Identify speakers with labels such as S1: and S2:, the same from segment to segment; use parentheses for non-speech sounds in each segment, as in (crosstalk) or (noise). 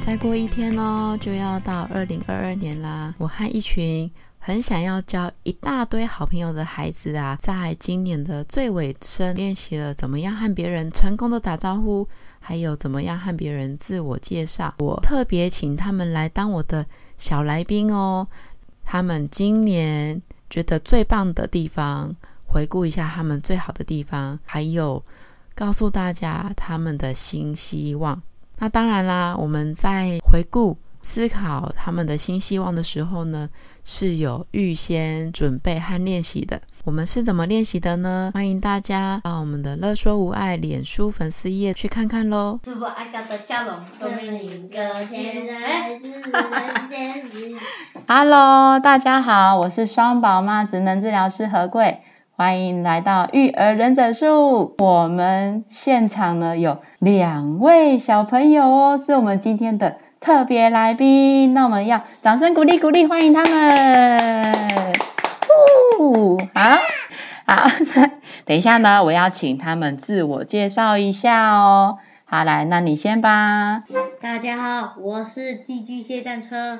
S1: 再过一天哦，就要到二零二二年啦。我和一群很想要交一大堆好朋友的孩子啊，在今年的最尾声练习了怎么样和别人成功的打招呼，还有怎么样和别人自我介绍。我特别请他们来当我的小来宾哦。他们今年觉得最棒的地方，回顾一下他们最好的地方，还有告诉大家他们的新希望。那当然啦，我们在回顾、思考他们的新希望的时候呢，是有预先准备和练习的。我们是怎么练习的呢？欢迎大家啊到我们的“乐说无爱”脸书粉丝页去看看喽。
S2: 主播阿娇的笑容都为你歌天人。
S3: Hello，大家好，我是双宝妈职能治疗师何贵，欢迎来到育儿忍者术。我们现场呢有两位小朋友哦，是我们今天的特别来宾，那我们要掌声鼓励鼓励，欢迎他们。呜，好，好，等一下呢，我要请他们自我介绍一下哦。好，来，那你先吧。
S2: (laughs) 大家好，我是寄居蟹战车，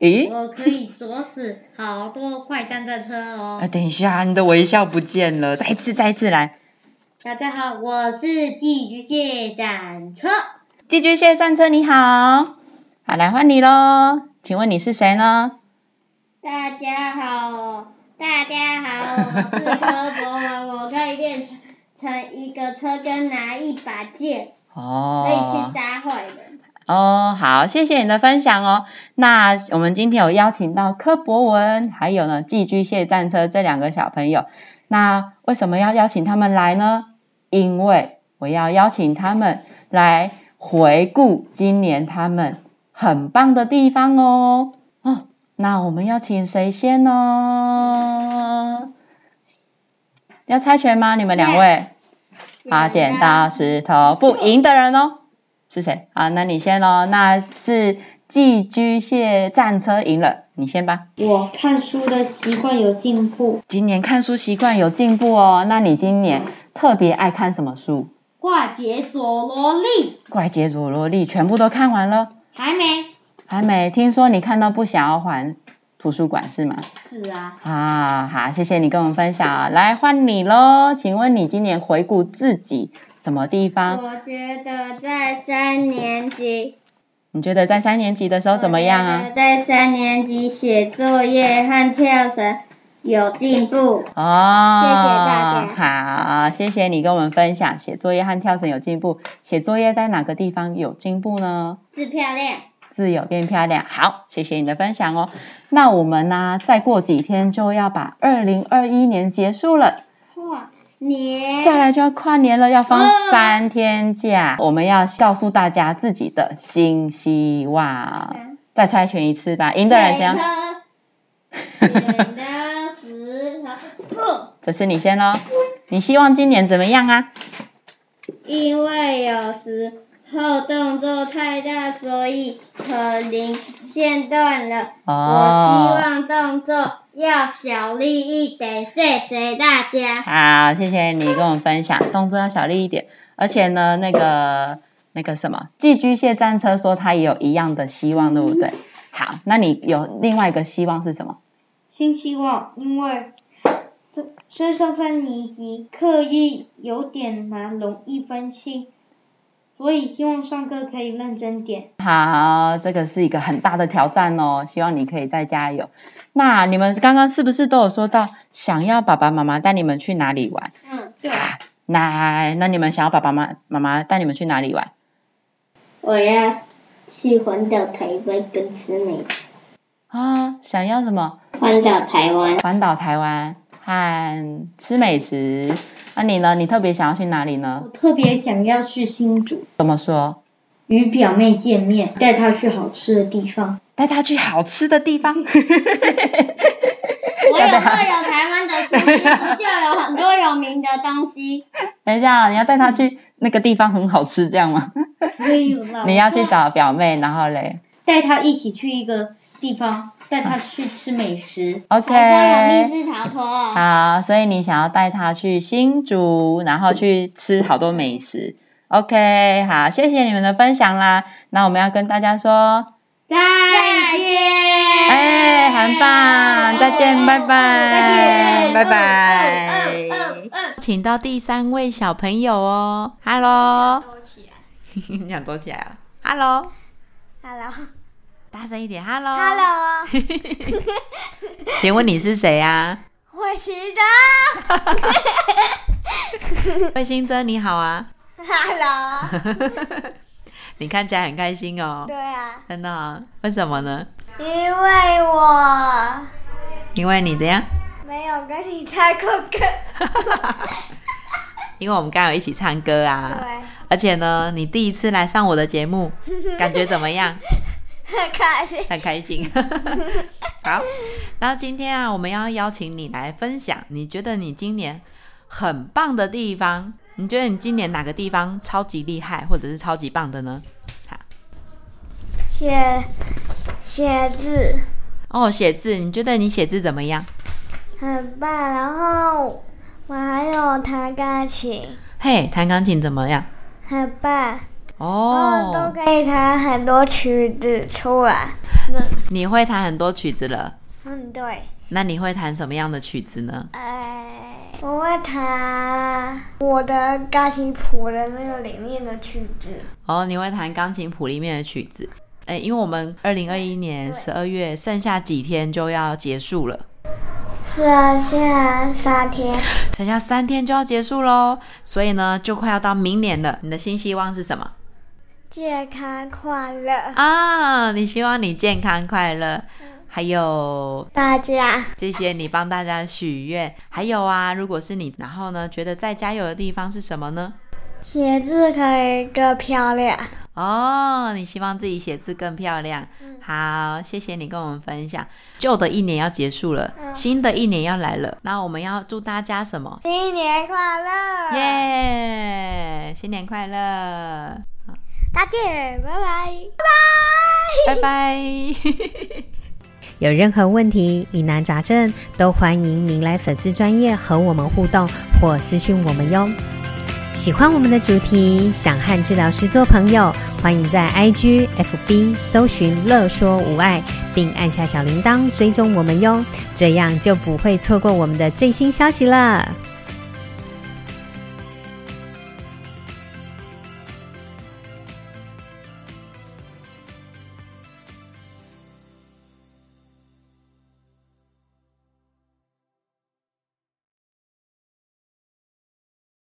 S3: 咦，
S2: 我可以锁死好多坏蛋战车
S3: 啊，
S2: 哦。
S3: 等一下，你的微笑不见了，再一次，再一次来。
S2: 大家好，我是寄居蟹战车，
S3: 寄居蟹战车你好，好来换你喽，请问你是谁呢？
S2: 大家好，大家好，我是柯博文，我可以变成成一个车跟拿一把剑，可以去
S3: 哦，
S2: 杀坏人。
S3: 哦，好，谢谢你的分享哦。那我们今天有邀请到柯博文，还有呢寄居蟹战车这两个小朋友。那为什么要邀请他们来呢？因为我要邀请他们来回顾今年他们很棒的地方哦。哦，那我们要请谁先呢？要猜拳吗？你们两位？好，剪刀石头布，赢的人哦是谁？好，那你先喽。那是寄居蟹战车赢了，你先吧。
S2: 我看书的习惯有进步，
S3: 今年看书习惯有进步哦。那你今年特别爱看什么书？
S2: 化解佐罗力
S3: 怪杰佐罗利全部都看完了？
S2: 还没。
S3: 还没听说你看到不想要还图书馆是吗？
S2: 是啊，
S3: 啊，好，谢谢你跟我们分享啊。来换你喽，请问你今年回顾自己什么地方？
S2: 我觉得在三年级
S3: 你觉得在三年级的时候怎么样啊？？
S2: 我觉得在三年级写作业和跳绳有进步。
S3: 哦，
S2: 谢谢大
S3: 好，谢谢你跟我们分享写作业和跳绳有进步。写作业在哪个地方有进步呢？
S2: 是漂亮，
S3: 字有变漂亮。好，谢谢你的分享哦。那我们呢、再过几天就要把二零二一年结束了，
S2: 哇，年
S3: 再来就要跨年了，要放
S2: 哦
S3: 三天假。
S2: 嗯
S3: 我们要告诉大家自己的新希望。再猜拳一次吧，赢的人先。
S2: 剪刀石头
S3: (laughs) 这次你先喽。你希望今年怎么样啊？
S2: 布，因为有时候动作太大，所以可能线断了。
S3: 哦。
S2: 我希望动作要小力一点，谢谢大家。
S3: 好，谢谢你跟我们分享，动作要小力一点。而且呢，那个那个什么，寄居蟹战车说他也有一样的希望，对不对？好，那你有另外一个希望是什么？
S2: 新希望，因为这升上三年级课业有点难，容易分心，所以希望上课可以认真点。
S3: 好，这个是一个很大的挑战哦，希望你可以再加油。那你们刚刚是不是都有说到想要爸爸妈妈带你们去哪里玩？
S2: 嗯，对。
S3: 那那你们想要爸爸妈妈妈带你们去哪里玩？
S2: 我要去环岛台湾跟吃美食，
S3: 啊，想要什么？
S2: 环岛台湾
S3: 环岛台湾和吃美食。那、你呢？你特别想要去哪里呢？
S2: 我特别想要去新竹，
S3: 怎么说？
S2: 与表妹见面，带她去好吃的地方。
S3: 带他去好吃的地
S4: (laughs)
S3: 方。 (laughs)
S4: 我有会有台湾的苏西斯，就有很多有名的东西。
S3: 等一下，你要带他去那个地方很好吃，这样吗？
S2: 所以呢，
S3: 你要去找表妹，然后嘞
S2: 带她一起去一个地方，带她去吃美食。
S4: 台
S3: ，OK，
S4: 中有密室逃脱，
S3: 好，所以你想要带他去新竹，然后去吃好多美食。OK，好，谢谢你们的分享啦。那我们要跟大家说，
S4: 再见。
S3: 哎，很棒，再见，拜拜，
S4: 再见
S3: 拜拜。
S4: 嗯嗯嗯，
S1: 请到第三位小朋友哦，Hello，
S4: 躲起来。
S1: (laughs) 你想躲起来啊了，Hello，
S4: Hello，Hello，
S1: 大声一点，Hello，请问你是谁啊？
S4: 我洗澡。
S1: 魏新珍你好啊，
S4: Hello，
S1: 你看起来很开心哦
S4: 对，啊，
S1: 真的哦、为什么呢？
S4: 因为我
S1: 因为你怎样？
S4: 没有跟你唱过歌。
S1: 因为我们刚刚有一起唱歌啊，
S4: (laughs) 对， (laughs)
S1: 而且呢，你第一次来上我的节目，感觉怎么样？
S4: 很开心。
S1: 很开心。好，然后今天啊，我们要邀请你来分享，你觉得你今年很棒的地方？你觉得你今年哪个地方超级厉害，或者是超级棒的呢？
S4: 写写字
S1: 哦，写字，你觉得你写字怎么样？
S4: 很棒，然后我还有弹钢琴，
S1: 嘿，弹钢琴怎么样？
S4: 很棒，然后都
S1: 哦，
S4: 可以弹很多曲子出来。
S1: 你会弹很多曲子了，
S4: 嗯，对，
S1: 那你会弹什么样的曲子呢？
S4: 哎，我会弹我的钢琴谱的那个里面的曲子。
S1: 哦，你会弹钢琴谱里面的曲子。哎，因为我们二零二一年十二月剩下几天就要结束了。
S4: 是啊，现在三天，
S1: 剩下三天就要结束喽，所以呢，就快要到明年了。你的新希望是什么
S4: 健康快乐，
S1: 啊？你希望你健康快乐，还有
S4: 大家
S1: 谢谢你帮大家许愿，还有啊，如果是你，然后呢，觉得再加油的地方是什么呢？
S4: 写字可以更漂亮。
S1: 哦，你希望自己写字更漂亮。好，谢谢你跟我们分享。旧的一年要结束了，
S4: 嗯
S1: 新的一年要来了，那我们要祝大家什么？
S4: 新年快乐！
S1: 耶、新年快乐！
S4: 再见，拜拜。
S1: 拜拜。
S5: 有任何问题、疑难杂症，都欢迎您来粉丝专业和我们互动或私讯我们哟。喜欢我们的主题，想和治疗师做朋友，欢迎在 IG、FB 搜寻“乐说无碍”，并按下小铃铛追踪我们哟，这样就不会错过我们的最新消息了。